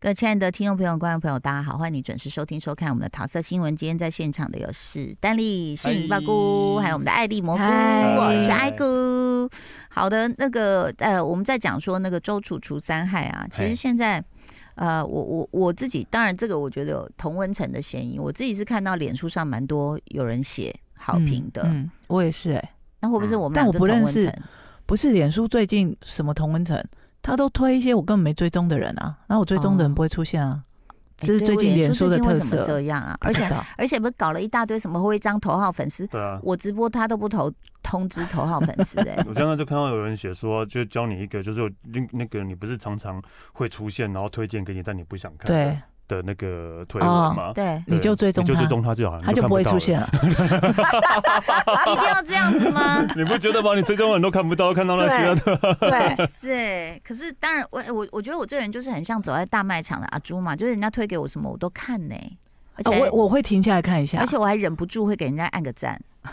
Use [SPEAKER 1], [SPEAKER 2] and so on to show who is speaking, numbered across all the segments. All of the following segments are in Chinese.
[SPEAKER 1] 各位亲爱的听众朋友、观众朋友，大家好，欢迎你准时收听、收看我们的桃色新闻。今天在现场的有是丹丽、是影
[SPEAKER 2] 嗨
[SPEAKER 1] 鲍菇，还有我们的艾丽蘑菇，
[SPEAKER 3] 嗨
[SPEAKER 1] 我是艾菇。好的，那个呃，我们在讲说那个周处除三害啊，其实
[SPEAKER 2] 嗨
[SPEAKER 1] 现在。呃，我我我自己，当然这个我觉得有同温层的嫌疑。我自己是看到脸书上蛮多有人写好评的，
[SPEAKER 3] 嗯，嗯我也是、哎，
[SPEAKER 1] 那会不会是我们
[SPEAKER 3] 但
[SPEAKER 1] 俩
[SPEAKER 3] 我
[SPEAKER 1] 就
[SPEAKER 3] 不
[SPEAKER 1] 同
[SPEAKER 3] 认
[SPEAKER 1] 温
[SPEAKER 3] 识
[SPEAKER 1] 层
[SPEAKER 3] 不是脸书最近什么同温层，他都推一些我根本没追踪的人啊，然后我追踪的人
[SPEAKER 1] 哦
[SPEAKER 3] 不会出现啊，
[SPEAKER 1] 哎
[SPEAKER 3] 这是
[SPEAKER 1] 对
[SPEAKER 3] 最
[SPEAKER 1] 我
[SPEAKER 3] 近脸
[SPEAKER 1] 脸
[SPEAKER 3] 书的
[SPEAKER 1] 最近为
[SPEAKER 3] 特
[SPEAKER 1] 什么这
[SPEAKER 3] 色。
[SPEAKER 1] 样啊？
[SPEAKER 3] 不
[SPEAKER 1] 而
[SPEAKER 3] 知
[SPEAKER 1] 且
[SPEAKER 3] 道
[SPEAKER 1] 而且不是搞了一大堆什么徽章头号粉丝，
[SPEAKER 2] 对啊，
[SPEAKER 1] 我直播他都不投通知头号粉 丝哎、
[SPEAKER 2] 我刚刚就看到有人写说，就教你一个，就是有那那个你不是常常会出现，然后推荐给你，但你不想看
[SPEAKER 3] 对哦
[SPEAKER 2] 的，的那个推文嘛，
[SPEAKER 1] 对，
[SPEAKER 2] 对
[SPEAKER 3] 你就追踪
[SPEAKER 2] 你就
[SPEAKER 3] 他
[SPEAKER 2] 追踪他就好了，
[SPEAKER 3] 他
[SPEAKER 2] 你
[SPEAKER 3] 就
[SPEAKER 2] 看
[SPEAKER 3] 不会
[SPEAKER 2] 到
[SPEAKER 3] 出
[SPEAKER 2] 了。
[SPEAKER 3] 现了。
[SPEAKER 1] 啊一定要这样子吗？
[SPEAKER 2] 你不觉得吗？你追踪的人都看不到，看到那些的，
[SPEAKER 3] 对，
[SPEAKER 1] 是，可是当然，我我我觉得我这个人就是很像走在大卖场的阿朱嘛，就是人家推给我什么我都看呢、而且、
[SPEAKER 3] 啊我我会停下来看一下
[SPEAKER 1] 而，且我还忍不住会给人家按个赞，
[SPEAKER 2] 嗯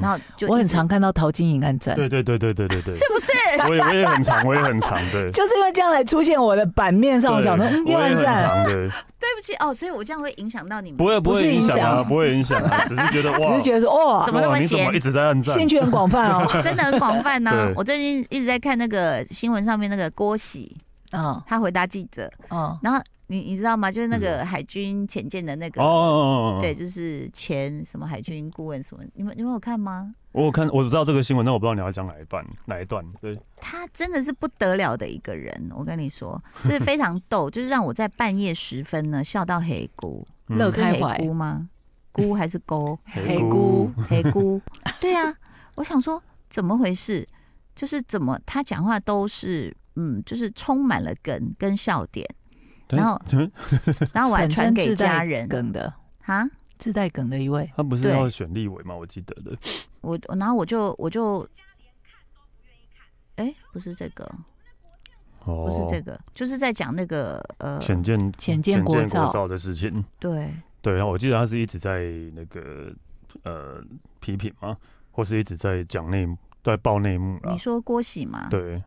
[SPEAKER 1] 然后就
[SPEAKER 3] 我
[SPEAKER 1] 一
[SPEAKER 3] 很
[SPEAKER 1] 直
[SPEAKER 3] 常看到陶晶莹暗赞，
[SPEAKER 2] 对 对对对对对 对
[SPEAKER 1] 是，不是？
[SPEAKER 3] 啊
[SPEAKER 2] 我也我也很长，我也很长，对，
[SPEAKER 3] 就是因为这样来出现我的版面上，我想说，嗯，
[SPEAKER 2] 对
[SPEAKER 3] 又
[SPEAKER 2] 我也
[SPEAKER 3] 暗
[SPEAKER 2] 很
[SPEAKER 3] 赞，
[SPEAKER 2] 长， 对，
[SPEAKER 1] 对不起哦，所以我这样会影响到你们。
[SPEAKER 2] 不会不
[SPEAKER 3] 不
[SPEAKER 2] 会
[SPEAKER 3] 是
[SPEAKER 2] 影
[SPEAKER 3] 影
[SPEAKER 2] 响啊，
[SPEAKER 3] 响
[SPEAKER 2] 不会影响 啊，只是觉得
[SPEAKER 3] 只
[SPEAKER 2] 哇
[SPEAKER 3] 是，觉得说，哦，
[SPEAKER 1] 怎么那么
[SPEAKER 2] 哇你怎
[SPEAKER 1] 闲
[SPEAKER 2] 么一直在暗赞？
[SPEAKER 3] 兴趣很广 泛哦。
[SPEAKER 1] 真的很广泛呢、
[SPEAKER 2] 对
[SPEAKER 1] 我最近一直在看那个新闻上面那个郭喜，
[SPEAKER 3] 嗯
[SPEAKER 1] 他回答记者，
[SPEAKER 3] 嗯，
[SPEAKER 1] 然后你你知道吗？就是那个海军潜舰的那个
[SPEAKER 2] 嗯哦哦哦哦，
[SPEAKER 1] 对，，就是前什么海军顾问什么，你们你们有看吗？
[SPEAKER 2] 我有看我知道这个新闻，但我不知道你要讲哪一段哪一段，对，
[SPEAKER 1] 他真的是不得了的一个人，我跟你说，就是非常逗，就是让我在半夜时分呢笑到黑菇，
[SPEAKER 2] 嗯
[SPEAKER 3] 乐
[SPEAKER 1] 是
[SPEAKER 3] 开
[SPEAKER 1] 黑
[SPEAKER 3] 怀
[SPEAKER 1] 菇吗？菇还是勾？
[SPEAKER 3] 黑菇，
[SPEAKER 1] 黑菇？对啊，我想说怎么回事？就是怎么他讲话都是嗯，就是充满了梗跟笑点，
[SPEAKER 2] 对
[SPEAKER 1] 然后
[SPEAKER 2] 嗯
[SPEAKER 1] 然后我还
[SPEAKER 3] 本
[SPEAKER 1] 传
[SPEAKER 3] 身
[SPEAKER 1] 给
[SPEAKER 3] 自
[SPEAKER 1] 家
[SPEAKER 3] 带
[SPEAKER 1] 人
[SPEAKER 3] 梗的，
[SPEAKER 1] 啊。
[SPEAKER 3] 自带梗的一位，
[SPEAKER 2] 他不是
[SPEAKER 1] 对
[SPEAKER 2] 要选立委吗？我记得的，
[SPEAKER 1] 我然后我就我就，哎、不是这个，
[SPEAKER 2] 哦
[SPEAKER 1] 不是这个，就是在讲那个呃，
[SPEAKER 2] 浅见
[SPEAKER 3] 浅见国
[SPEAKER 2] 国
[SPEAKER 3] 造
[SPEAKER 2] 造的事情。
[SPEAKER 1] 对，
[SPEAKER 2] 对，然后我记得他是一直在那个呃批评嘛，或是一直在讲内幕，在爆内幕啦
[SPEAKER 1] 你。说郭喜嘛？，
[SPEAKER 2] 对，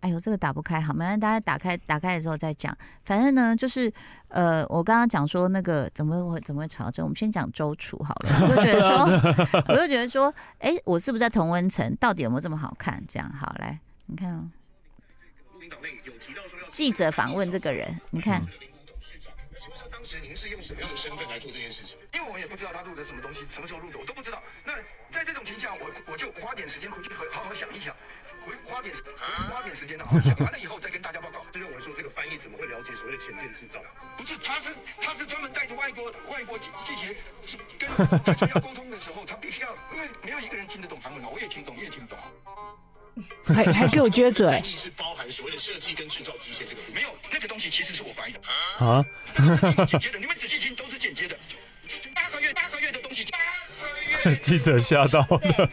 [SPEAKER 1] 哎呦，这个打不开，好，没关系，大家打开打开的时候再讲。反正呢，就是呃，我刚刚讲说那个怎么会怎么会吵争，我们先讲周楚好了。我就觉得说，我就觉得说，哎、我是不是在同温层？到底有没有这么好看？这样好，来，你看、哦，
[SPEAKER 4] 录音档内有提到说要
[SPEAKER 1] 记者访问这个人，你看。
[SPEAKER 4] 是林董事长。那请问一下，当时您是用什么样的身份来做这件事情？因为我也不知道他录的什么东西，什么时候录的，我都不知道。那在这种情况下，我我就花点时间回去好好想一想，回花点时花点时间好好想完了以后再跟大家报告。是认为说这个翻译怎么会了解所谓的潜舰制造？不是，他是他是专门带着外国外国记者跟大家要沟通的时候，他必须要，因为没有一个人听得懂韩文啊，我也听不懂，你也听不懂啊。
[SPEAKER 3] 还还给我 撅嘴
[SPEAKER 4] 翻，译是包含所谓的设计跟制造机械这个，没有那个东西其实是我翻译的。
[SPEAKER 2] 啊，。
[SPEAKER 4] 剪接的，你们仔细听，都是剪接的。八个月，八个月的东西，八个月
[SPEAKER 2] 记者吓 到了。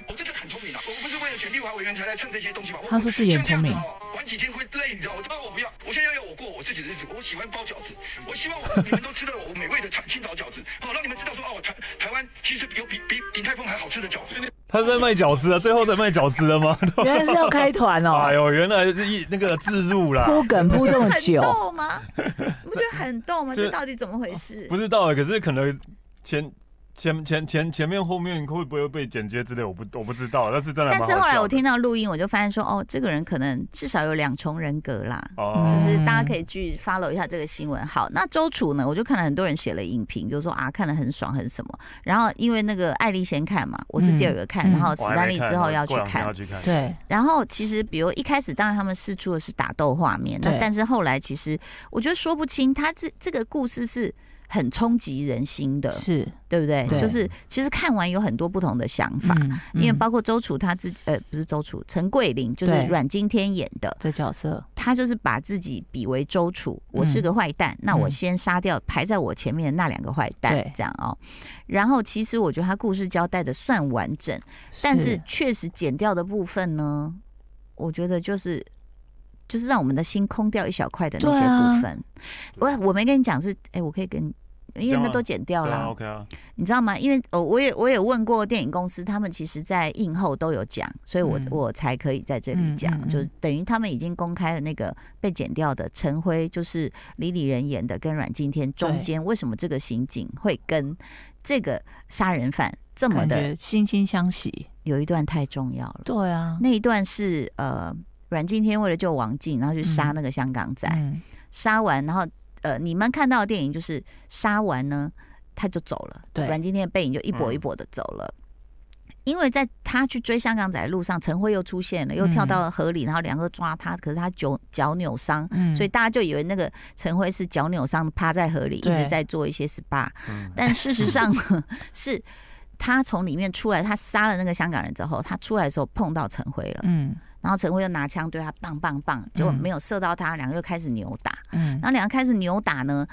[SPEAKER 4] 我真的很聪明啊！我不是为了选立法委员才来唱这些东西吧？我
[SPEAKER 3] 他说自己很聪明
[SPEAKER 4] 像这样子哦玩几天会累，你知道？我知道我不要，我现在要有我过我自己的日子。我喜欢包饺子，我希望我你们都吃到我美味的青青岛饺子，好、让你们知道说哦，台台湾其实有比比鼎泰丰还好吃的饺子。
[SPEAKER 2] 他在卖饺子啊，最后在卖饺子 了吗？
[SPEAKER 3] 原来是要开团
[SPEAKER 2] 哎
[SPEAKER 3] 哦，
[SPEAKER 2] 呦，原来是一那个自入啦，
[SPEAKER 3] 铺梗铺这么久
[SPEAKER 1] 很，逗吗？你不觉得很 逗吗？
[SPEAKER 2] 就
[SPEAKER 1] 这到底怎么回事
[SPEAKER 2] 不？知道欸，可是可能前。前前前前面后面会不会被剪接之类，我不我不知道，但是真的蛮
[SPEAKER 1] 但
[SPEAKER 2] 好
[SPEAKER 1] 是
[SPEAKER 2] 笑的。
[SPEAKER 1] 后来我听到录音，我就发现说，哦，这个人可能至少有两重人格啦。
[SPEAKER 2] 哦，
[SPEAKER 1] 就
[SPEAKER 3] 嗯
[SPEAKER 1] 是大家可以去 follow 一下这个新闻。好，那周楚呢，我就看了很多人写了影评，就说啊看了很爽，很什么。然后因为那个艾丽先看嘛，我是第二个看，
[SPEAKER 3] 嗯
[SPEAKER 1] 然后史
[SPEAKER 2] 我还没
[SPEAKER 1] 丹利
[SPEAKER 2] 看
[SPEAKER 1] 之后要去
[SPEAKER 2] 过两天
[SPEAKER 1] 看。
[SPEAKER 2] 要去看。
[SPEAKER 3] 对，
[SPEAKER 1] 然后其实比如一开始，当然他们试出的是打斗画面，那
[SPEAKER 3] 对
[SPEAKER 1] 但是后来其实我觉得说不清，他这这个故事是很冲击人心的，
[SPEAKER 3] 是
[SPEAKER 1] 对不对？
[SPEAKER 3] 对
[SPEAKER 1] 就是其实看完有很多不同的想法。
[SPEAKER 3] 嗯
[SPEAKER 1] 因为
[SPEAKER 3] 嗯
[SPEAKER 1] 包括周楚他自己，呃，不是周楚，陈桂林就是
[SPEAKER 3] 对
[SPEAKER 1] 阮经天演的，
[SPEAKER 3] 这角色，
[SPEAKER 1] 他就是把自己比为周楚，我
[SPEAKER 3] 嗯
[SPEAKER 1] 是个坏蛋，那我先杀掉排在我前面的那两个坏蛋
[SPEAKER 3] 对，
[SPEAKER 1] 这样哦。然后其实我觉得他故事交代的算完整，但是确实剪掉的部分呢，我觉得就是就是让我们的心空掉一小块的那些
[SPEAKER 3] 对啊
[SPEAKER 1] 部分。我我没跟你讲是，哎、我可以跟因为那都剪掉
[SPEAKER 2] 对啊
[SPEAKER 1] 了，
[SPEAKER 2] ，OK 啊，
[SPEAKER 1] 你知道吗？因为呃，我也我也问过电影公司，他们其实在映后都有讲，所以我、
[SPEAKER 3] 嗯
[SPEAKER 1] 我才可以在这里
[SPEAKER 3] 嗯
[SPEAKER 1] 讲，
[SPEAKER 3] 嗯嗯
[SPEAKER 1] 就等于他们已经公开了那个被剪掉的陈辉，就是李李仁演的跟阮经天中间为什么这个刑警会跟这个杀人犯这么
[SPEAKER 3] 感
[SPEAKER 1] 的
[SPEAKER 3] 觉惺惺相惜。
[SPEAKER 1] 有一段太重要了。
[SPEAKER 3] 对啊，
[SPEAKER 1] 那一段是呃，阮经天为了救王静，然后去杀
[SPEAKER 3] 嗯
[SPEAKER 1] 那个香港仔，
[SPEAKER 3] 嗯
[SPEAKER 1] 杀完，然后呃，你们看到的电影就是杀完呢，他就走了，
[SPEAKER 3] 对嗯
[SPEAKER 1] 阮经天的背影就一跛一跛的走了。因为在他去追香港仔的路上，陈辉又出现了，又跳到河里，然后两个抓他，可是他脚脚扭伤，
[SPEAKER 3] 嗯
[SPEAKER 1] 所以大家就以为那个陈辉是脚扭伤，趴在河里一
[SPEAKER 3] 对
[SPEAKER 1] 直在做一些 SPA，
[SPEAKER 2] 嗯，
[SPEAKER 1] 但事实上 呢是他从里面出来，他杀了那个香港人之后，他出来的时候碰到陈辉了，
[SPEAKER 3] 嗯
[SPEAKER 1] 然后陈辉又拿枪对他棒棒棒，结果
[SPEAKER 3] 嗯
[SPEAKER 1] 没有射到他，两个又开始扭打，
[SPEAKER 3] 嗯
[SPEAKER 1] 然，后两个开始扭打呢，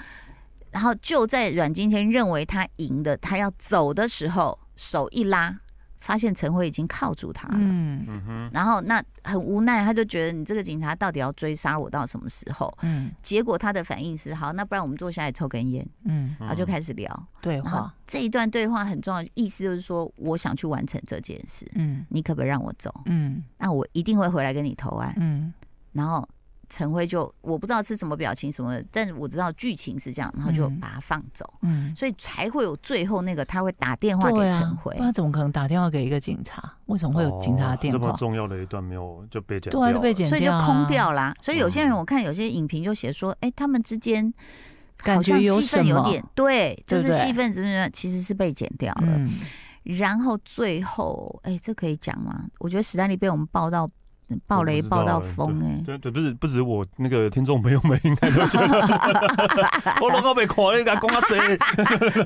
[SPEAKER 1] 然后就在阮经天认为他赢的，他要走的时候，手一拉，发现陈辉已经铐住他了。
[SPEAKER 3] 嗯
[SPEAKER 2] 嗯哼，
[SPEAKER 1] 然后那很无奈，他就觉得你这个警察到底要追杀我到什么时候？
[SPEAKER 3] 嗯
[SPEAKER 1] 结果他的反应是好，那不然我们坐下来抽根烟，
[SPEAKER 3] 嗯，
[SPEAKER 1] 然后就
[SPEAKER 2] 嗯
[SPEAKER 1] 开始聊。
[SPEAKER 3] 对
[SPEAKER 1] 然后
[SPEAKER 3] 话，
[SPEAKER 1] 这一段对话很重要，意思就是说我想去完成这件事，
[SPEAKER 3] 嗯
[SPEAKER 1] 你可不可以让我走？
[SPEAKER 3] 嗯
[SPEAKER 1] 那我一定会回来跟你投案。
[SPEAKER 3] 嗯
[SPEAKER 1] 然后陈辉就我不知道是什么表情什么的，但我知道剧情是这样，然后就
[SPEAKER 3] 嗯
[SPEAKER 1] 把他放走，
[SPEAKER 3] 嗯，
[SPEAKER 1] 所以才会有最后那个他会打电话给
[SPEAKER 3] 对
[SPEAKER 1] 陈
[SPEAKER 3] 啊，
[SPEAKER 1] 辉
[SPEAKER 3] 不。然怎么可能打电话给一个警察？为什么会有警察的电
[SPEAKER 2] 哦这么
[SPEAKER 3] 话？
[SPEAKER 2] 重要的一段没有就被剪掉
[SPEAKER 3] 对啊，
[SPEAKER 2] 了，
[SPEAKER 3] 就被剪
[SPEAKER 1] 所以就
[SPEAKER 3] 掉啊，哦
[SPEAKER 1] 空掉啦。所以有些人，
[SPEAKER 2] 嗯
[SPEAKER 1] 我看有些影评就写说，哎、他们之间
[SPEAKER 3] 感
[SPEAKER 1] 好像
[SPEAKER 3] 觉有
[SPEAKER 1] 戏
[SPEAKER 3] 什
[SPEAKER 1] 份有
[SPEAKER 3] 么
[SPEAKER 1] 点对，就
[SPEAKER 3] 对
[SPEAKER 1] 是
[SPEAKER 3] 不对
[SPEAKER 1] 戏份怎么怎么样其实是被剪掉了。
[SPEAKER 3] 嗯，
[SPEAKER 1] 然后最后，哎、这可以讲吗？我觉得史丹利被我们爆到爆雷爆到疯哎、
[SPEAKER 2] 对对，不是不止我那个听众朋友们应该都 觉得，我老高被看你敢讲啊贼，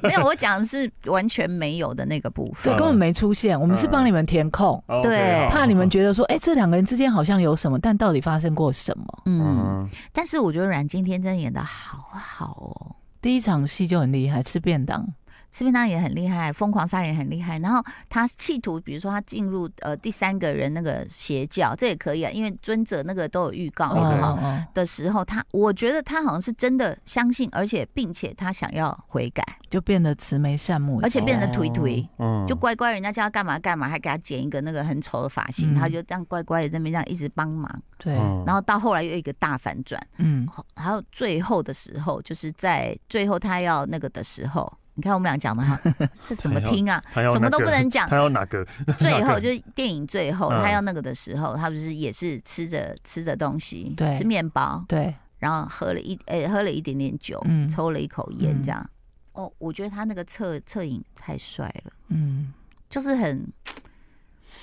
[SPEAKER 1] 没有，我讲的是完全没有的那个部分
[SPEAKER 3] 对，。
[SPEAKER 2] 嗯
[SPEAKER 3] 根本没出现，我们是帮你们填空，
[SPEAKER 2] 哦
[SPEAKER 1] 对
[SPEAKER 2] ，OK，好
[SPEAKER 3] 怕你们觉得说，哎，这两个人之间好像有什么，但到底发生过什么？
[SPEAKER 1] 嗯，
[SPEAKER 2] 嗯，
[SPEAKER 1] 但是我觉得阮经天真的演的好好哦，
[SPEAKER 3] 第一场戏就很厉害，吃便当，
[SPEAKER 1] 吃便当也很厉害，疯狂杀人也很厉害。然后他企图，比如说他进入呃第三个人那个邪教，这也可以啊，因为尊者那个都有预告
[SPEAKER 3] 哦
[SPEAKER 1] 嘛
[SPEAKER 2] OK
[SPEAKER 1] 哈
[SPEAKER 3] 哦哦，
[SPEAKER 1] 的时候，他我觉得他好像是真的相信，而且并且他想要悔改，
[SPEAKER 3] 就变得慈眉善目起来，
[SPEAKER 1] 而且变得腿腿
[SPEAKER 3] 哦
[SPEAKER 2] 嗯，
[SPEAKER 1] 就乖乖人家叫他干嘛干嘛，还给他剪一个那个很丑的发型，
[SPEAKER 3] 嗯哦
[SPEAKER 1] 他就这样乖乖的在那边这样一直帮忙，
[SPEAKER 3] 对，
[SPEAKER 2] 嗯，
[SPEAKER 1] 然后到后来又有一个大反转。
[SPEAKER 3] 嗯，
[SPEAKER 1] 还有最后的时候，就是在最后他要那个的时候，你看我们俩讲的 哈，这怎么听啊？
[SPEAKER 2] 他要
[SPEAKER 1] 什么
[SPEAKER 2] 那
[SPEAKER 1] 都
[SPEAKER 2] 个
[SPEAKER 1] 不能讲
[SPEAKER 2] 他要哪个？
[SPEAKER 1] 最后就是电影最后
[SPEAKER 2] 嗯
[SPEAKER 1] 他要那个的时候，他不是也是吃着吃着东西，
[SPEAKER 3] 对
[SPEAKER 1] 吃面包，
[SPEAKER 3] 对，
[SPEAKER 1] 然后喝了一诶、喝了一点点酒，
[SPEAKER 3] 嗯
[SPEAKER 1] 抽了一口烟这样。哦，我觉得他那个侧侧影太帅了，
[SPEAKER 3] 嗯，
[SPEAKER 1] 就是很。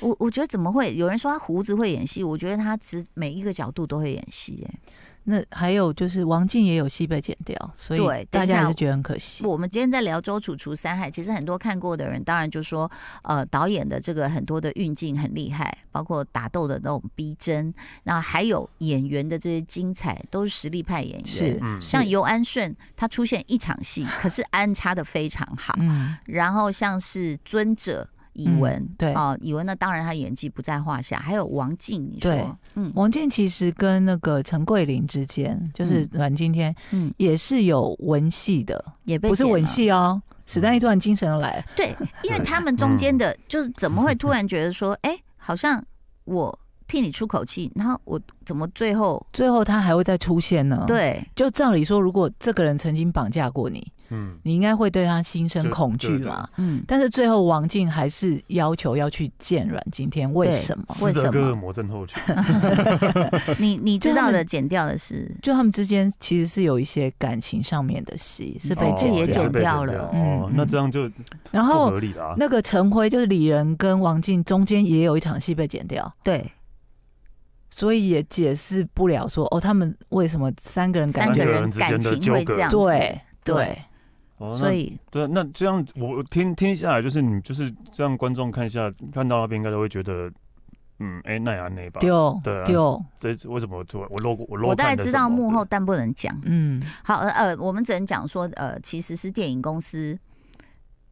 [SPEAKER 1] 我我觉得怎么会有人说他胡子会演戏？我觉得他只每一个角度都会演戏、哎。
[SPEAKER 3] 那还有就是王静也有戏被剪掉，所
[SPEAKER 1] 对
[SPEAKER 3] 以
[SPEAKER 1] 等
[SPEAKER 3] 大
[SPEAKER 1] 一下
[SPEAKER 3] 家还是觉得很可惜。
[SPEAKER 1] 我们今天在聊《周楚除三害》，其实很多看过的人，当然就说，呃，导演的这个很多的运镜很厉害，包括打斗的那种逼真，那还有演员的这些精彩，都是实力派演员。
[SPEAKER 3] 是，
[SPEAKER 2] 嗯，
[SPEAKER 1] 像尤安顺，他出现一场戏，可是安插的非常好。
[SPEAKER 3] 嗯，
[SPEAKER 1] 然后像是尊者以
[SPEAKER 3] 嗯
[SPEAKER 1] 文，
[SPEAKER 3] 对
[SPEAKER 1] 哦，以文那当然他演技不在话下，还有王静，你
[SPEAKER 3] 对
[SPEAKER 1] 说，嗯
[SPEAKER 3] 王静其实跟那个陈桂林之间，就是
[SPEAKER 1] 嗯
[SPEAKER 3] 阮经天
[SPEAKER 1] 嗯，
[SPEAKER 3] 也是有文戏的，
[SPEAKER 1] 也被
[SPEAKER 3] 不是
[SPEAKER 1] 剪
[SPEAKER 3] 文
[SPEAKER 1] 了嗯
[SPEAKER 3] 戏哦。史丹利突然精神来了，
[SPEAKER 1] 对，因为他们中间
[SPEAKER 2] 嗯
[SPEAKER 1] 的，就是怎么会突然觉得说，哎、好像我替你出口气，然后我怎么最后
[SPEAKER 3] 最后他还会再出现
[SPEAKER 2] 嗯
[SPEAKER 3] 呢。，
[SPEAKER 1] 对
[SPEAKER 3] 就照理说，如果这个人曾经绑架过你，
[SPEAKER 2] 嗯，
[SPEAKER 3] 你应该会对他心生
[SPEAKER 2] 就
[SPEAKER 3] 恐惧
[SPEAKER 2] 对对
[SPEAKER 3] 嘛。
[SPEAKER 1] 嗯
[SPEAKER 3] 但是最后王静还是要求要去见阮经天，为
[SPEAKER 1] 对
[SPEAKER 3] 什么？
[SPEAKER 1] 为
[SPEAKER 2] 斯德
[SPEAKER 1] 什
[SPEAKER 2] 哥
[SPEAKER 1] 么
[SPEAKER 2] 尔摩症候群，
[SPEAKER 1] 你你知
[SPEAKER 3] 就他
[SPEAKER 1] 道
[SPEAKER 3] 们
[SPEAKER 1] 的剪掉的是，
[SPEAKER 3] 就他们之间其实是有一些感情上面的戏是被
[SPEAKER 1] 哦
[SPEAKER 3] 剪
[SPEAKER 1] 这也
[SPEAKER 3] 掉
[SPEAKER 1] 剪
[SPEAKER 3] 的，
[SPEAKER 2] 被
[SPEAKER 1] 掉了
[SPEAKER 2] 哦
[SPEAKER 3] 嗯，
[SPEAKER 2] 那
[SPEAKER 3] 嗯
[SPEAKER 2] 这样就
[SPEAKER 3] 然
[SPEAKER 2] 不
[SPEAKER 3] 后
[SPEAKER 2] 合理了啊。
[SPEAKER 3] 那个陈辉就是李仁跟王静中间也有一场戏被剪掉，
[SPEAKER 1] 对
[SPEAKER 3] 所以也解释不了说哦他们为什么三个人
[SPEAKER 1] 三
[SPEAKER 3] 感觉
[SPEAKER 1] 个
[SPEAKER 2] 个
[SPEAKER 1] 人
[SPEAKER 2] 人之
[SPEAKER 1] 感
[SPEAKER 2] 间的
[SPEAKER 1] 情
[SPEAKER 2] 纠
[SPEAKER 1] 会
[SPEAKER 2] 葛
[SPEAKER 1] 这样子，
[SPEAKER 3] 对
[SPEAKER 1] 对
[SPEAKER 3] 对，
[SPEAKER 2] 哦，
[SPEAKER 1] 所
[SPEAKER 2] 那
[SPEAKER 1] 以
[SPEAKER 2] 对，那这样我听听下来，就是你就是这样，观众看一下，看到那边应该都会觉得，嗯，哎，那也安内吧，
[SPEAKER 3] 丢
[SPEAKER 2] 对啊
[SPEAKER 3] 丢
[SPEAKER 2] 这为什么我做我漏过我漏？
[SPEAKER 1] 哦我大概知道幕后，，但不能讲。
[SPEAKER 3] 嗯
[SPEAKER 1] 好，呃，呃我们只能讲说，呃，其实是电影公司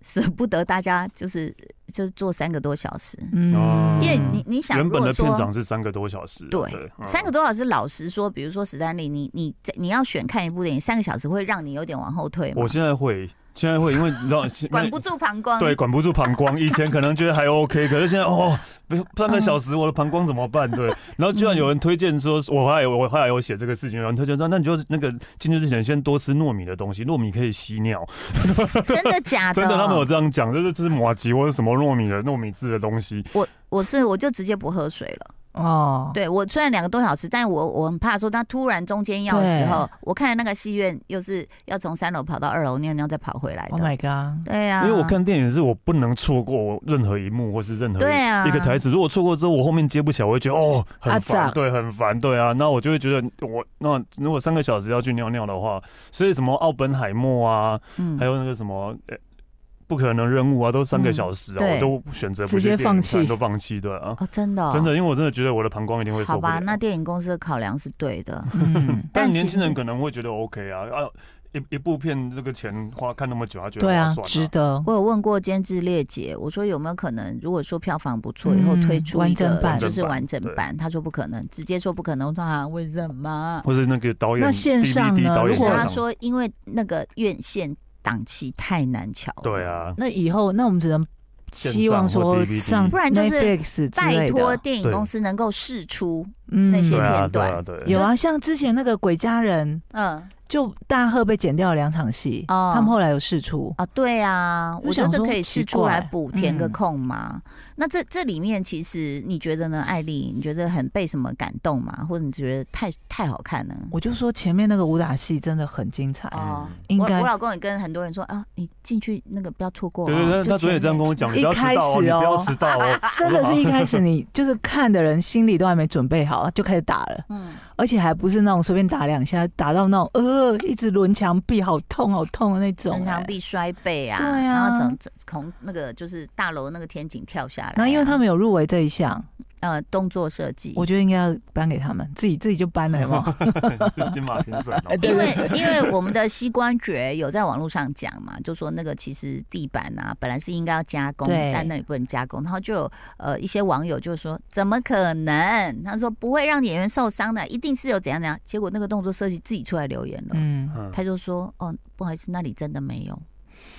[SPEAKER 1] 舍不得大家，就是就是做三个多小时，
[SPEAKER 2] 哦
[SPEAKER 3] 嗯，
[SPEAKER 1] 因为你你想，
[SPEAKER 2] 原
[SPEAKER 1] 如
[SPEAKER 2] 本
[SPEAKER 1] 果
[SPEAKER 2] 的
[SPEAKER 1] 说
[SPEAKER 2] 片长是三个多小时，
[SPEAKER 1] 对
[SPEAKER 2] 嗯
[SPEAKER 1] 三个多小时，老实说，比如说史丹利，你你在你要选看一部电影，三个小时会让你有点往后退吗
[SPEAKER 2] 我？现在会，现在会因为 你知道，现在
[SPEAKER 1] 管不住膀胱。
[SPEAKER 2] 对，管不住膀胱。以前可能觉得还 OK，可是现在哦，不半个小
[SPEAKER 1] 嗯
[SPEAKER 2] 时我的膀胱怎么办？对，然后居然有人推荐说，我后来有我后来有写这个事情，有人推荐说，那你就那个进去之前先多吃糯米的东西，糯米可以吸尿。
[SPEAKER 1] 真的假的？
[SPEAKER 2] 真的，他们有这样讲，就是就是马吉或者什么糯米的糯米制的东西。
[SPEAKER 1] 我我是我就直接不喝水了。
[SPEAKER 3] 哦，
[SPEAKER 1] 对我虽然两个多小时，但我我很怕说，他突然中间要的时候，我看那个戏院又是要从三楼跑到二楼尿尿再跑回来的。
[SPEAKER 3] ，Oh my god，
[SPEAKER 1] 对呀、啊，
[SPEAKER 2] 因为我看电影是我不能错过任何一幕或是任何
[SPEAKER 1] 对啊
[SPEAKER 2] 一个台词，如果错过之后我后面接不起来，我会觉得哦
[SPEAKER 3] 啊
[SPEAKER 2] 很
[SPEAKER 3] 咋
[SPEAKER 2] 烦，对，很烦，对啊，那我就会觉得我那如果三个小时要去尿尿的话，所以什么奥本海默啊，
[SPEAKER 1] 嗯
[SPEAKER 2] 还有那个什么，呃不可能任务啊，都三个小时啊，
[SPEAKER 1] 嗯
[SPEAKER 2] 我都选择不
[SPEAKER 3] 直
[SPEAKER 2] 去
[SPEAKER 3] 接
[SPEAKER 2] 电影
[SPEAKER 3] 放弃
[SPEAKER 2] 看都放弃，对啊，
[SPEAKER 1] 哦，真的、哦，
[SPEAKER 2] 真的，因为我真的觉得我的膀胱一定会受
[SPEAKER 1] 好
[SPEAKER 2] 不
[SPEAKER 1] 吧，
[SPEAKER 2] 了。
[SPEAKER 1] 那电影公司的考量是对的。
[SPEAKER 3] 嗯，
[SPEAKER 1] 但
[SPEAKER 2] 但
[SPEAKER 1] 其
[SPEAKER 2] 年轻人
[SPEAKER 1] 实
[SPEAKER 2] 可能会觉得 OK 啊，啊，一一部片这个钱花看那么久，他觉得
[SPEAKER 3] 对
[SPEAKER 2] 划
[SPEAKER 3] 啊
[SPEAKER 2] 算、，
[SPEAKER 3] 值得，
[SPEAKER 1] 我有问过监制列姐，我说有没有可能，如果说票房不错，以后
[SPEAKER 3] 嗯
[SPEAKER 1] 推出一
[SPEAKER 3] 完整
[SPEAKER 1] 个
[SPEAKER 3] 版
[SPEAKER 1] 就是完整
[SPEAKER 2] 对
[SPEAKER 1] 版？她说不可能，直接说不可能。我说啊，为什么？
[SPEAKER 2] 或是那个导演
[SPEAKER 3] 那线上呢
[SPEAKER 2] DVD 导
[SPEAKER 1] 而
[SPEAKER 3] 如
[SPEAKER 2] 演
[SPEAKER 1] 且
[SPEAKER 3] 果
[SPEAKER 2] 现
[SPEAKER 1] 她
[SPEAKER 2] 场，
[SPEAKER 1] 说，因为那个院线档期太难瞧。
[SPEAKER 2] 对，啊，
[SPEAKER 3] 那以后那我们只能希望说
[SPEAKER 2] 线
[SPEAKER 3] 上
[SPEAKER 2] 上或 DVD
[SPEAKER 1] 不然就是
[SPEAKER 3] Netflix 之
[SPEAKER 1] 拜
[SPEAKER 3] 类
[SPEAKER 1] 托
[SPEAKER 3] 的，
[SPEAKER 1] 电影
[SPEAKER 2] 对
[SPEAKER 1] 公司能够试出，
[SPEAKER 3] 嗯
[SPEAKER 1] 那些
[SPEAKER 2] 对
[SPEAKER 1] 片
[SPEAKER 2] 啊，对啊，
[SPEAKER 1] 段
[SPEAKER 2] 对啊。
[SPEAKER 3] 有啊，像之前那个《鬼家人》，
[SPEAKER 1] 嗯，
[SPEAKER 3] 就大赫被剪掉了两场戏，
[SPEAKER 1] 哦
[SPEAKER 3] 他们后来有试出，
[SPEAKER 1] 啊，对啊，
[SPEAKER 3] 我
[SPEAKER 1] 我觉
[SPEAKER 3] 想
[SPEAKER 1] 得
[SPEAKER 3] 说
[SPEAKER 1] 可以试
[SPEAKER 3] 奇
[SPEAKER 1] 出来
[SPEAKER 3] 怪
[SPEAKER 1] 补填个
[SPEAKER 3] 嗯
[SPEAKER 1] 空嘛。那这这里面其实你觉得呢，艾丽？你觉得很被什么感动吗？或者你觉得太太好看呢？
[SPEAKER 3] 我就说前面那个武打戏真的很精彩，
[SPEAKER 1] 哦
[SPEAKER 2] 嗯，
[SPEAKER 3] 应该
[SPEAKER 1] 我我老公也跟很多人说啊，你进去那个不要错过、哦。
[SPEAKER 2] 对对对，
[SPEAKER 1] 就
[SPEAKER 2] 他昨天也这样跟我讲，你不要迟到哦，
[SPEAKER 3] 一开始
[SPEAKER 2] 你
[SPEAKER 3] 哦
[SPEAKER 2] 不要迟到 哦，
[SPEAKER 3] 真的是一开始你就是看的人心里都还没准备好就开始打了，
[SPEAKER 1] 嗯，
[SPEAKER 3] 而且还不是那种随便打两下，打到那种呃一直轮墙壁好痛好痛的那种、
[SPEAKER 1] 增
[SPEAKER 3] 欸
[SPEAKER 1] 强壁摔背啊，
[SPEAKER 3] 对啊
[SPEAKER 1] 然后整整从那个就是大楼那个天井跳下来、啊
[SPEAKER 3] 然后因为他们有入围这一项，
[SPEAKER 1] 呃动作设计，
[SPEAKER 3] 我觉得应该要颁给他们，自己自己就颁了，有没 有？
[SPEAKER 2] 金马评审哦
[SPEAKER 3] 哎， 对
[SPEAKER 1] 因为因为我们的膝关节有在网络上讲嘛，就说那个其实地板啊本来是应该要加工，
[SPEAKER 3] 对
[SPEAKER 1] 但那里不能加工，然后就有呃一些网友就说怎么可能？他说不会让演员受伤的，一定是有怎样怎样。结果那个动作设计自己出来留言了，
[SPEAKER 3] 嗯，
[SPEAKER 2] 嗯哦
[SPEAKER 1] 他就说哦不好意思，那里真的没有，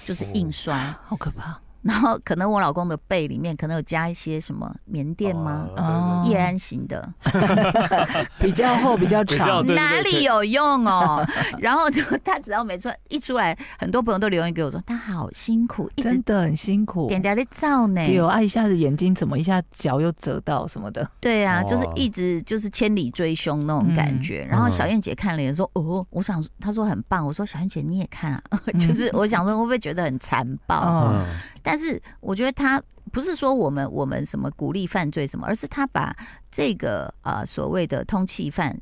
[SPEAKER 1] 就是硬摔。
[SPEAKER 3] 好可怕，
[SPEAKER 1] 然后可能我老公的背里面可能有加一些什么棉垫吗？
[SPEAKER 2] 哦对对对
[SPEAKER 1] 叶安型的，
[SPEAKER 3] 比较厚比较
[SPEAKER 2] 比较
[SPEAKER 3] 长，
[SPEAKER 2] 哦对对对
[SPEAKER 1] 哪
[SPEAKER 2] 可
[SPEAKER 1] 里
[SPEAKER 2] 以
[SPEAKER 1] 有用 哦？然后就他只要每次一出来，很多朋友都留言给我说他好辛苦，一直
[SPEAKER 3] 真的很辛
[SPEAKER 2] 哦
[SPEAKER 3] 苦。
[SPEAKER 1] 点点在照呢。
[SPEAKER 3] 对哦，啊，一下子眼睛怎么一下脚又折到什么的，
[SPEAKER 1] 对啊，
[SPEAKER 2] 哇
[SPEAKER 1] 就是一直就是千里追凶那种感觉。
[SPEAKER 2] 嗯
[SPEAKER 1] 然后小燕姐看了也说哦，我想她说很棒，我说小燕姐你也看啊， 就是我想说会不会觉得很残暴？
[SPEAKER 3] 哦，
[SPEAKER 2] 嗯
[SPEAKER 1] 但是我觉得她不是说我们我们什么鼓励犯罪什么，而是她把这个啊、呃所谓的通缉犯，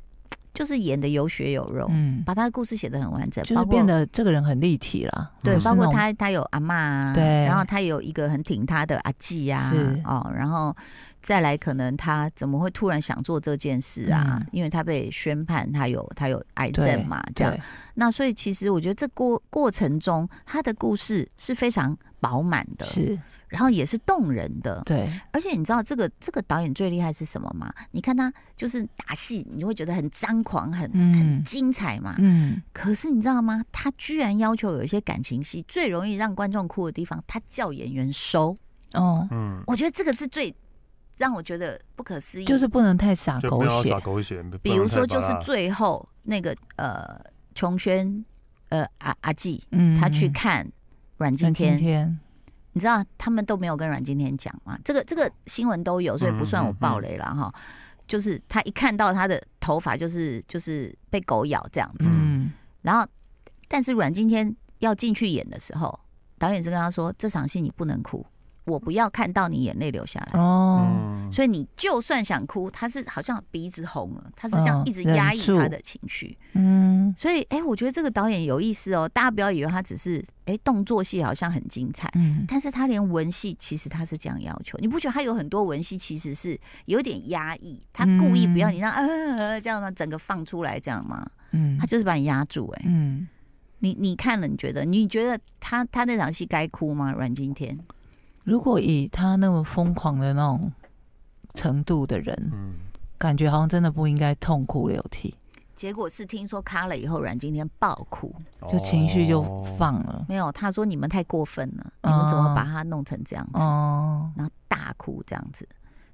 [SPEAKER 1] 就是演的有血有肉。
[SPEAKER 3] 嗯，
[SPEAKER 1] 把他的故事写的很完整，
[SPEAKER 3] 就是
[SPEAKER 1] 包括
[SPEAKER 3] 变得这个人很立体嗯了，
[SPEAKER 1] 对，
[SPEAKER 3] 不是
[SPEAKER 1] 包括
[SPEAKER 3] 那种
[SPEAKER 1] 他他有阿嬷啊，
[SPEAKER 3] 对
[SPEAKER 1] 然后他有一个很挺他的阿季呀、
[SPEAKER 3] 是
[SPEAKER 1] 哦，然后再来可能他怎么会突然想做这件事啊？
[SPEAKER 3] 嗯
[SPEAKER 1] 因为他被宣判他有他有癌
[SPEAKER 3] 对
[SPEAKER 1] 症嘛，这样
[SPEAKER 3] 对，
[SPEAKER 1] 那所以其实我觉得这过过程中他的故事是非常饱满的，啊
[SPEAKER 3] 是，
[SPEAKER 1] 然后也是动人的，
[SPEAKER 3] 对，
[SPEAKER 1] 而且你知道这个这个导演最厉害是什么吗？你看他就是打戏，你会觉得很张狂，很、很
[SPEAKER 3] 嗯
[SPEAKER 1] 精彩嘛，
[SPEAKER 3] 嗯，
[SPEAKER 1] 可是你知道吗？他居然要求有一些感情戏最容易让观众哭的地方，他叫演员收。
[SPEAKER 3] 哦，
[SPEAKER 2] 嗯，
[SPEAKER 1] 我觉得这个是最让我觉得不可思议。
[SPEAKER 3] 就是不能太洒
[SPEAKER 2] 就
[SPEAKER 3] 狗
[SPEAKER 2] 不要
[SPEAKER 3] 血
[SPEAKER 2] 耍，狗血，不
[SPEAKER 1] 比
[SPEAKER 2] 能
[SPEAKER 1] 如
[SPEAKER 2] 太
[SPEAKER 1] 说，
[SPEAKER 2] 巴
[SPEAKER 1] 就是
[SPEAKER 2] 拉
[SPEAKER 1] 最后那个呃，琼轩呃阿阿纪，
[SPEAKER 3] 嗯
[SPEAKER 1] 他去看阮经
[SPEAKER 3] 今
[SPEAKER 1] 天，
[SPEAKER 3] 天，
[SPEAKER 1] 你知道他们都没有跟阮经天讲嘛？这个这个新闻都有，所以不算我爆雷
[SPEAKER 3] 嗯
[SPEAKER 1] 了哈。就是他一看到他的头发，就是就是被狗咬这样子。
[SPEAKER 3] 嗯，
[SPEAKER 1] 然后，但是阮经天要进去演的时候，导演是跟他说：“这场戏你不能哭，我不要看到你眼泪流下来。
[SPEAKER 3] 哦，
[SPEAKER 2] 嗯，
[SPEAKER 1] 所以你就算想哭，他是好像鼻子红了，他是这样
[SPEAKER 3] 嗯
[SPEAKER 1] 一直压抑
[SPEAKER 3] 忍住
[SPEAKER 1] 他的情绪。
[SPEAKER 3] 嗯
[SPEAKER 1] 所以，哎、我觉得这个导演有意思哦，大家不要以为他只是哎、动作戏好像很精彩。
[SPEAKER 3] 嗯，
[SPEAKER 1] 但是他连文戏其实他是这样要求，你不觉得他有很多文戏其实是有点压抑，他故意不要你让呃这样呢整个放出来这样吗？
[SPEAKER 3] 嗯
[SPEAKER 1] 他，就是把你压住哎、
[SPEAKER 3] 嗯，
[SPEAKER 1] 你你看了，你觉得你觉得他他那场戏该哭吗？阮经天，
[SPEAKER 3] 如果以他那么疯狂的那种程度的人，
[SPEAKER 2] 嗯
[SPEAKER 3] 感觉好像真的不应该痛哭流涕。
[SPEAKER 1] 结果是听说卡了以后，阮经天爆哭，
[SPEAKER 3] 就情绪就
[SPEAKER 2] 哦
[SPEAKER 3] 放了。
[SPEAKER 1] 没有，他说你们太过分了，你们怎么把他弄成这样子？
[SPEAKER 3] 哦，
[SPEAKER 1] 然后大哭这样子。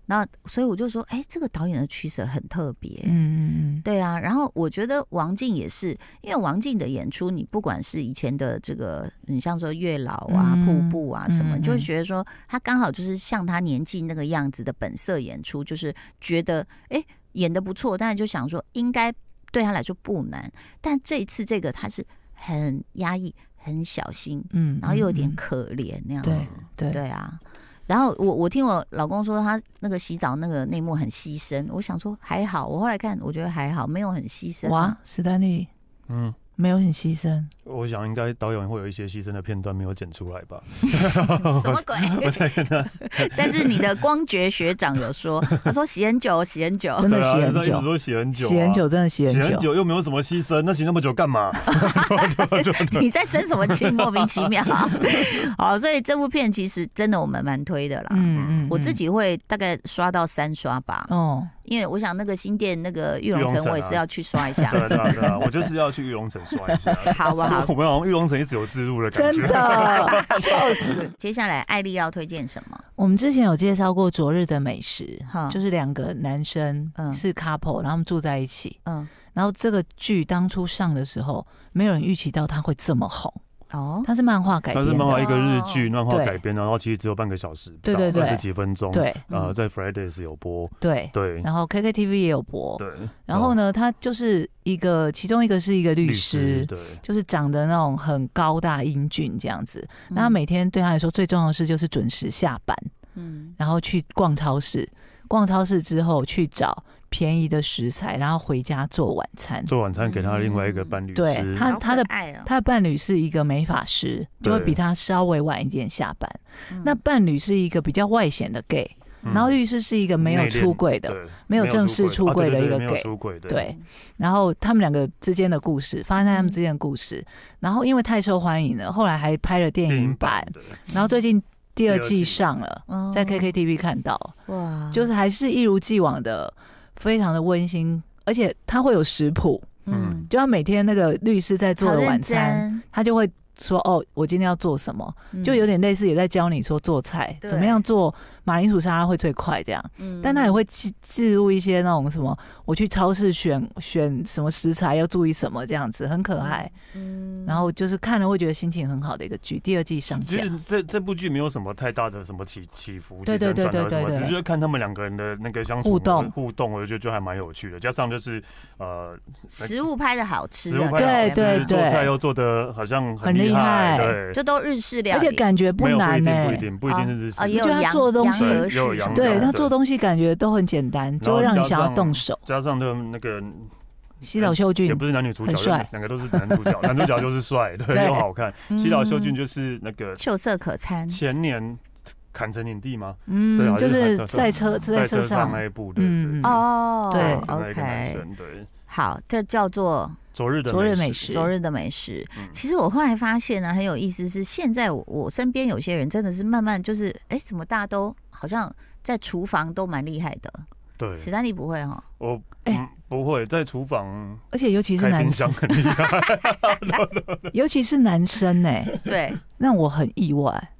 [SPEAKER 1] 那所以我就说，哎、这个导演的取舍很特别。
[SPEAKER 3] 嗯嗯
[SPEAKER 1] 对啊，然后我觉得王静也是，因为王静的演出，你不管是以前的这个，你像说月老啊、
[SPEAKER 3] 嗯
[SPEAKER 1] 瀑布啊什么，
[SPEAKER 3] 嗯
[SPEAKER 1] 你就会
[SPEAKER 3] 嗯
[SPEAKER 1] 觉得说他刚好就是像他年纪那个样子的本色演出，就是觉得哎演的不错，但是就想说应该对他来说不难，但这一次这个他是很压抑、很小心，
[SPEAKER 3] 嗯，
[SPEAKER 1] 然后又有点
[SPEAKER 3] 嗯
[SPEAKER 1] 可怜那样子。
[SPEAKER 3] 对对
[SPEAKER 1] 对啊。然后我我听我老公说他那个洗澡那个内幕很牺牲，我想说还好，我后来看我觉得还好，没有很牺牲、啊
[SPEAKER 3] 哇，，史丹利
[SPEAKER 2] 嗯。
[SPEAKER 3] 没有很牺牲，
[SPEAKER 2] 哦我想应该导演会有一些牺牲的片段没有剪出来吧？
[SPEAKER 1] 什么鬼？
[SPEAKER 2] 我在跟他
[SPEAKER 1] 但是你的光觉学长有说，他说洗很久，洗很久。
[SPEAKER 3] 真的
[SPEAKER 2] 对啊
[SPEAKER 3] 洗很
[SPEAKER 2] 他一直
[SPEAKER 3] 久
[SPEAKER 2] 说洗很久啊，
[SPEAKER 3] 洗很久真的洗
[SPEAKER 2] 洗
[SPEAKER 3] 很
[SPEAKER 2] 很
[SPEAKER 3] 久，
[SPEAKER 2] 久又没有什么牺牲，那洗那么久干嘛？
[SPEAKER 1] 你在生什么气？莫名其妙。 好，所以这部片其实真的我们蛮推的啦。
[SPEAKER 3] 嗯嗯，
[SPEAKER 1] 我自
[SPEAKER 3] 嗯
[SPEAKER 1] 己会大概刷到三刷吧，
[SPEAKER 3] 哦，
[SPEAKER 1] 因为我想那个新店那个玉龙
[SPEAKER 2] 玉龙
[SPEAKER 1] 城，
[SPEAKER 2] 城
[SPEAKER 1] 我也是
[SPEAKER 2] 啊
[SPEAKER 1] 要去刷一下。
[SPEAKER 2] 对啊对啊对啊，我就是要去玉龙城刷一下。
[SPEAKER 1] 好不好？
[SPEAKER 2] 我们好像玉龙城一直有置入的感觉。
[SPEAKER 3] 真 的笑死。
[SPEAKER 1] 接下来艾丽要推荐什么？
[SPEAKER 3] 我们之前有介绍过《昨日的美食
[SPEAKER 1] 哈》，
[SPEAKER 3] 就是两个男生
[SPEAKER 1] 嗯
[SPEAKER 3] 是 couple，然后他们住在一起。
[SPEAKER 1] 嗯，
[SPEAKER 3] 然后这个剧当初上的时候，没有人预期到它会这么红，
[SPEAKER 1] 哦，
[SPEAKER 3] 它是漫画改
[SPEAKER 2] 它
[SPEAKER 3] 编
[SPEAKER 2] 是漫画
[SPEAKER 3] 的，
[SPEAKER 2] 一个日剧，漫画
[SPEAKER 3] 对
[SPEAKER 2] 改编，然后其实只有半个小时，
[SPEAKER 3] 对对对
[SPEAKER 2] 二十几分钟。，
[SPEAKER 3] 对
[SPEAKER 2] 呃，
[SPEAKER 1] 嗯
[SPEAKER 2] 在 Fridays 有播，
[SPEAKER 3] 对。
[SPEAKER 2] 对
[SPEAKER 3] 然后 KKTV 也有播，
[SPEAKER 2] 对。
[SPEAKER 3] 然后呢，他就是一个，其中一个是一个
[SPEAKER 2] 嗯？
[SPEAKER 3] 律
[SPEAKER 2] 哦律
[SPEAKER 3] 师，
[SPEAKER 2] 对，
[SPEAKER 3] 就是长得那种很高大英俊这样子。那他
[SPEAKER 1] 嗯
[SPEAKER 3] 每天对他来说最重要的事就是准时下班，
[SPEAKER 1] 嗯
[SPEAKER 3] 然后去逛超市，逛超市之后去找便宜的食材，然后回家做晚餐。
[SPEAKER 2] 做晚餐给他另外一个伴侣
[SPEAKER 3] 对
[SPEAKER 2] 吃。
[SPEAKER 3] 他他的
[SPEAKER 1] 爱哦，
[SPEAKER 3] 他的伴侣是一个美发师，就会
[SPEAKER 2] 对
[SPEAKER 3] 比他稍微晚一点下班。
[SPEAKER 1] 嗯
[SPEAKER 3] 那伴侣是一个比较外显的 gay，、
[SPEAKER 2] 嗯
[SPEAKER 3] 然后律师是一个没有
[SPEAKER 2] 内敛
[SPEAKER 3] 出轨的，
[SPEAKER 2] 对
[SPEAKER 3] 没有正式出轨的
[SPEAKER 2] 啊对
[SPEAKER 3] 一
[SPEAKER 2] 对对
[SPEAKER 3] 个
[SPEAKER 2] 没有
[SPEAKER 3] gay
[SPEAKER 2] 出轨的，
[SPEAKER 3] 对，然后他们两个之间的故事，发生在
[SPEAKER 1] 嗯
[SPEAKER 3] 他们之间的故事，然后因为太受欢迎了，后来还拍了电
[SPEAKER 2] 电
[SPEAKER 3] 影
[SPEAKER 2] 影
[SPEAKER 3] 版
[SPEAKER 2] 版，对
[SPEAKER 3] 然后最近第二
[SPEAKER 2] 第二
[SPEAKER 3] 季
[SPEAKER 2] 季
[SPEAKER 3] 上了，
[SPEAKER 1] 哦
[SPEAKER 3] 在 KKTV 看到，
[SPEAKER 1] 哇，
[SPEAKER 3] 就是还是一如既往的，非常的温馨，而且他会有食谱，
[SPEAKER 1] 嗯，
[SPEAKER 3] 就他每天那个律师在做
[SPEAKER 1] 好
[SPEAKER 3] 的
[SPEAKER 1] 认
[SPEAKER 3] 晚餐，
[SPEAKER 1] 真，嗯
[SPEAKER 3] 他就会说哦，我今天要做什么，就有点类似也在教你说做菜，
[SPEAKER 1] 对
[SPEAKER 3] 怎么样做马铃薯沙拉会最快这样。
[SPEAKER 1] 嗯，
[SPEAKER 3] 但他也会置置入一些那种什么，我去超市选选什么食材要注意什么这样子，很可爱。
[SPEAKER 1] 嗯，
[SPEAKER 3] 然后就是看了会觉得心情很好的一个剧，第二季上
[SPEAKER 2] 其
[SPEAKER 3] 架
[SPEAKER 2] 实。这这部剧没有什么太大的什么起起伏、
[SPEAKER 3] 对
[SPEAKER 2] 起
[SPEAKER 3] 对
[SPEAKER 2] 承
[SPEAKER 3] 对
[SPEAKER 2] 转合
[SPEAKER 3] 对
[SPEAKER 2] 什么，
[SPEAKER 3] 对
[SPEAKER 2] 只
[SPEAKER 3] 对
[SPEAKER 2] 是就看他们两个人的那个相处
[SPEAKER 3] 互动
[SPEAKER 2] 互动，我就觉得就还蛮有趣的。加上就是呃，
[SPEAKER 1] 食物拍的好吃
[SPEAKER 2] 食
[SPEAKER 1] 啊，感
[SPEAKER 2] 物
[SPEAKER 1] 觉
[SPEAKER 2] 拍好
[SPEAKER 3] 对
[SPEAKER 2] 吃，
[SPEAKER 3] 对
[SPEAKER 2] 做菜又做的好像
[SPEAKER 3] 很
[SPEAKER 2] 很
[SPEAKER 3] 厉
[SPEAKER 2] 厉害，
[SPEAKER 3] 害
[SPEAKER 2] 对，
[SPEAKER 1] 就都日式料
[SPEAKER 3] 而
[SPEAKER 1] 理，
[SPEAKER 3] 且感觉不
[SPEAKER 2] 没有不
[SPEAKER 3] 难欸
[SPEAKER 2] 一
[SPEAKER 3] 呢、
[SPEAKER 2] 定，不一定，不一定是日式
[SPEAKER 1] 啊，也有
[SPEAKER 3] 就他
[SPEAKER 1] 洋
[SPEAKER 3] 做东
[SPEAKER 1] 洋
[SPEAKER 3] 西
[SPEAKER 1] 河
[SPEAKER 2] 对也有
[SPEAKER 1] 式
[SPEAKER 2] 洋
[SPEAKER 1] 什么
[SPEAKER 3] 对
[SPEAKER 1] 的
[SPEAKER 3] 他做东西感觉都很简单，就会让你想要动手。
[SPEAKER 2] 加上的那 个
[SPEAKER 3] 西岛秀
[SPEAKER 2] 也
[SPEAKER 3] 俊
[SPEAKER 2] 不是男女主角，
[SPEAKER 3] 很帅
[SPEAKER 2] 两个都是男主角，男主角就是帅，
[SPEAKER 3] 对嗯
[SPEAKER 2] 对，又好看。西岛秀俊就是那个
[SPEAKER 1] 秀色可餐，
[SPEAKER 2] 前年砍成影帝吗？对
[SPEAKER 3] 嗯，
[SPEAKER 2] 啊
[SPEAKER 3] 就
[SPEAKER 2] 就是是
[SPEAKER 3] 在
[SPEAKER 2] 在
[SPEAKER 3] 车
[SPEAKER 2] 在
[SPEAKER 3] 车
[SPEAKER 2] 车上哎
[SPEAKER 3] 上，
[SPEAKER 2] 那一部，对对
[SPEAKER 3] 嗯
[SPEAKER 2] 对
[SPEAKER 1] 哦，
[SPEAKER 3] 对
[SPEAKER 2] 对那一个男
[SPEAKER 1] ，OK，
[SPEAKER 2] 生，对，
[SPEAKER 1] 好，这叫做
[SPEAKER 2] 昨日的
[SPEAKER 3] 昨日美
[SPEAKER 2] 美
[SPEAKER 3] 食
[SPEAKER 1] 昨日的美食。
[SPEAKER 2] 嗯
[SPEAKER 1] 其实我后来发现呢，很有意思是，现在我我身边有些人真的是慢慢就是，哎、怎么大家都好像在厨房都蛮厉害的，
[SPEAKER 2] 对，
[SPEAKER 1] 史丹利不会哦哈，
[SPEAKER 2] 我
[SPEAKER 3] 哎
[SPEAKER 2] 嗯不会在厨房
[SPEAKER 3] 而且尤其是
[SPEAKER 2] 开
[SPEAKER 3] 男
[SPEAKER 2] 冰箱
[SPEAKER 3] 生，
[SPEAKER 2] 很厉 害，
[SPEAKER 3] 尤其是男生呢、
[SPEAKER 1] 对，
[SPEAKER 3] 让我很意外。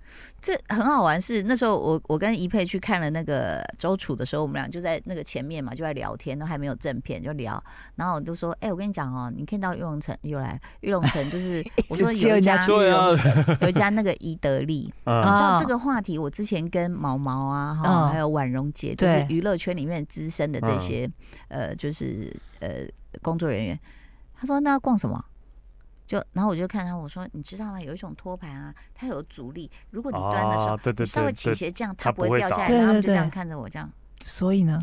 [SPEAKER 1] 这很好玩是，那时候我我跟怡佩去看了那个周楚的时候，我们俩就在那个前面嘛，就在聊天，都还没有正片就聊。然后我就说：“哎、我跟你讲哦，你可以到玉龙城又来，玉龙城就是我说
[SPEAKER 3] 接
[SPEAKER 1] 有一
[SPEAKER 3] 人家
[SPEAKER 1] 家
[SPEAKER 3] 去
[SPEAKER 2] 对啊，
[SPEAKER 1] 有一家那个伊德利，你
[SPEAKER 2] 嗯
[SPEAKER 3] 啊
[SPEAKER 1] 知道这个话题，我之前跟毛毛啊，哈、
[SPEAKER 3] 嗯
[SPEAKER 1] 还有婉容姐，就是
[SPEAKER 3] 对嗯
[SPEAKER 1] 娱乐圈里面资深的这些、呃，就是呃工作人员，他说那要逛什么？就然后我就看他，我说你知道吗？有一种托盘啊，它有阻力，如果你端的时候，
[SPEAKER 2] 啊，对
[SPEAKER 1] 你
[SPEAKER 2] 对
[SPEAKER 1] 稍微
[SPEAKER 2] 对
[SPEAKER 1] 倾
[SPEAKER 2] 对，
[SPEAKER 1] 斜这样，
[SPEAKER 2] 它
[SPEAKER 1] 它不会
[SPEAKER 2] 不会
[SPEAKER 1] 掉下来。
[SPEAKER 3] 倒
[SPEAKER 1] 然后他们
[SPEAKER 3] 对对
[SPEAKER 1] 就这样
[SPEAKER 3] 对
[SPEAKER 1] 看着我这样，
[SPEAKER 3] 所以呢，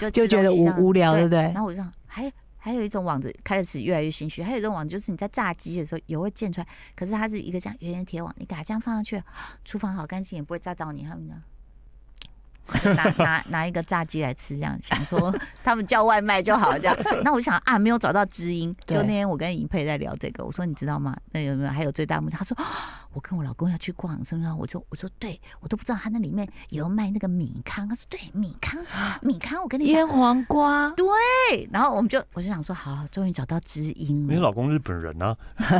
[SPEAKER 1] 就
[SPEAKER 3] 就
[SPEAKER 1] 吃
[SPEAKER 3] 觉得
[SPEAKER 1] 东西
[SPEAKER 3] 无
[SPEAKER 1] 这样
[SPEAKER 3] 无聊，对不对
[SPEAKER 1] 然？后我就这样，还还有一种网子开始越来越心虚，还有一种网子就是你在炸鸡的时候也会溅出来，可是它是一个这样圆圆铁网，你给它这样放上去，厨房好干净，也不会炸到你。他们呢，拿 拿拿一个炸鸡来吃，这样想说他们叫外卖就好了这样。那我想啊，没有找到知音。就
[SPEAKER 3] 对
[SPEAKER 1] 那天我跟尹佩在聊这个，我说你知道吗？那有没有还有最大目标？他说啊我跟我老公要去逛什么，我就我说对，我都不知道他那里面有卖那个米糠，他说对，米 糠，米糠，我跟你
[SPEAKER 3] 腌
[SPEAKER 1] 讲，
[SPEAKER 3] 黄瓜，
[SPEAKER 1] 对，然后我们就我就想说，好了，终于找到知音
[SPEAKER 2] 你
[SPEAKER 1] 了，
[SPEAKER 2] 老公日本人啊，
[SPEAKER 1] 对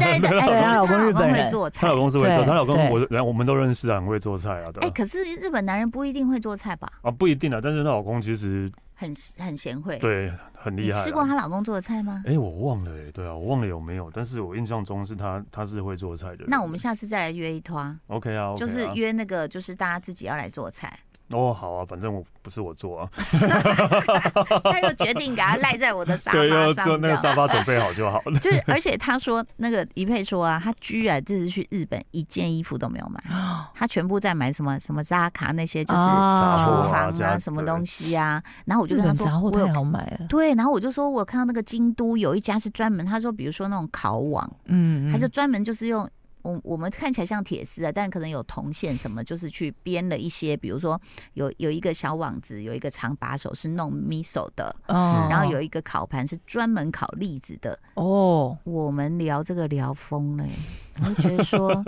[SPEAKER 1] 对对，哎，可是
[SPEAKER 3] 她
[SPEAKER 1] 她
[SPEAKER 3] 老
[SPEAKER 1] 老
[SPEAKER 3] 公日本
[SPEAKER 1] 公
[SPEAKER 3] 人
[SPEAKER 1] 会做
[SPEAKER 2] 她
[SPEAKER 1] 菜
[SPEAKER 2] 老，公是会做，
[SPEAKER 3] 对
[SPEAKER 2] 她老公
[SPEAKER 3] 对
[SPEAKER 2] 我然后我们都认识啊，很会做菜啊，对
[SPEAKER 1] 哎，
[SPEAKER 2] 吧？
[SPEAKER 1] 可是日本男人不一定会做菜吧？
[SPEAKER 2] 啊，不一定啊，但是她老公其实
[SPEAKER 1] 很很贤惠，
[SPEAKER 2] 对很厉
[SPEAKER 1] 你
[SPEAKER 2] 害啊。
[SPEAKER 1] 吃过她老公做的菜 吗？
[SPEAKER 2] 哎，我忘了哎，对啊，我忘了有没有，但是我印象中是她，她是会做菜的人。
[SPEAKER 1] 那我们下次再来约一拖啊，
[SPEAKER 2] OK 啊，OK 啊
[SPEAKER 1] 就是约那个，就是大家自己要来做 菜。
[SPEAKER 2] 哦，好啊，反正我不是我 做啊，
[SPEAKER 1] 他又决定给他赖在我的沙
[SPEAKER 2] 对，要
[SPEAKER 1] 发
[SPEAKER 2] 做
[SPEAKER 1] 啊上，
[SPEAKER 2] 那个
[SPEAKER 1] 这样
[SPEAKER 2] 沙发准备好就好 了。
[SPEAKER 1] 就是，而且他说那个一佩说啊，他居然这次去日本一件衣服都没有 买，他全部在买什么什么扎卡那些，就是厨
[SPEAKER 2] 杂货啊
[SPEAKER 1] 房
[SPEAKER 2] 家
[SPEAKER 1] 啊什么东西啊。然后我就
[SPEAKER 3] 哦日
[SPEAKER 1] 跟他
[SPEAKER 3] 本
[SPEAKER 1] 说，
[SPEAKER 3] 杂货
[SPEAKER 1] 我
[SPEAKER 3] 太
[SPEAKER 1] 有
[SPEAKER 3] 好买了，
[SPEAKER 1] 对，然后我就说我有看到那个京都有一家是专门，他说比如说那种烤网，
[SPEAKER 3] 嗯，
[SPEAKER 1] 他就专门就是用我我们看起来像铁丝啊，但可能有铜线什么，就是去编了一些，比如说有有一个小网子，有一个长把手是弄 miso 的，
[SPEAKER 3] 嗯，
[SPEAKER 1] 然后有一个烤盘是专门烤栗子的。
[SPEAKER 3] 哦，
[SPEAKER 1] 我们聊这个聊疯 了、欸，我就觉得说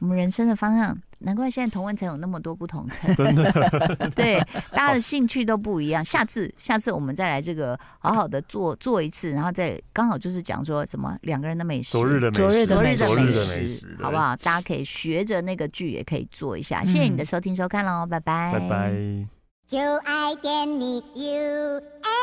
[SPEAKER 1] 我们人生的方向。难怪现在同文层有那么多不同层，
[SPEAKER 2] 真的，
[SPEAKER 1] 对大家的兴趣都不一样。下次，下次我们再来这个好好的做做一次，然后再刚好就是讲说什么两个人的美食，
[SPEAKER 2] 昨日的美食，
[SPEAKER 3] 昨日
[SPEAKER 1] 昨
[SPEAKER 3] 的
[SPEAKER 1] 日
[SPEAKER 3] 美
[SPEAKER 1] 的
[SPEAKER 2] 昨日
[SPEAKER 3] 食
[SPEAKER 2] 的
[SPEAKER 1] 美
[SPEAKER 2] 美
[SPEAKER 1] 食
[SPEAKER 2] 食，，
[SPEAKER 1] 好不？好？大家可以学着那个剧，也可以做一下。谢谢
[SPEAKER 2] 嗯
[SPEAKER 1] 你的收听收看喽，拜拜，
[SPEAKER 2] 拜拜。
[SPEAKER 5] 就爱点你 U。F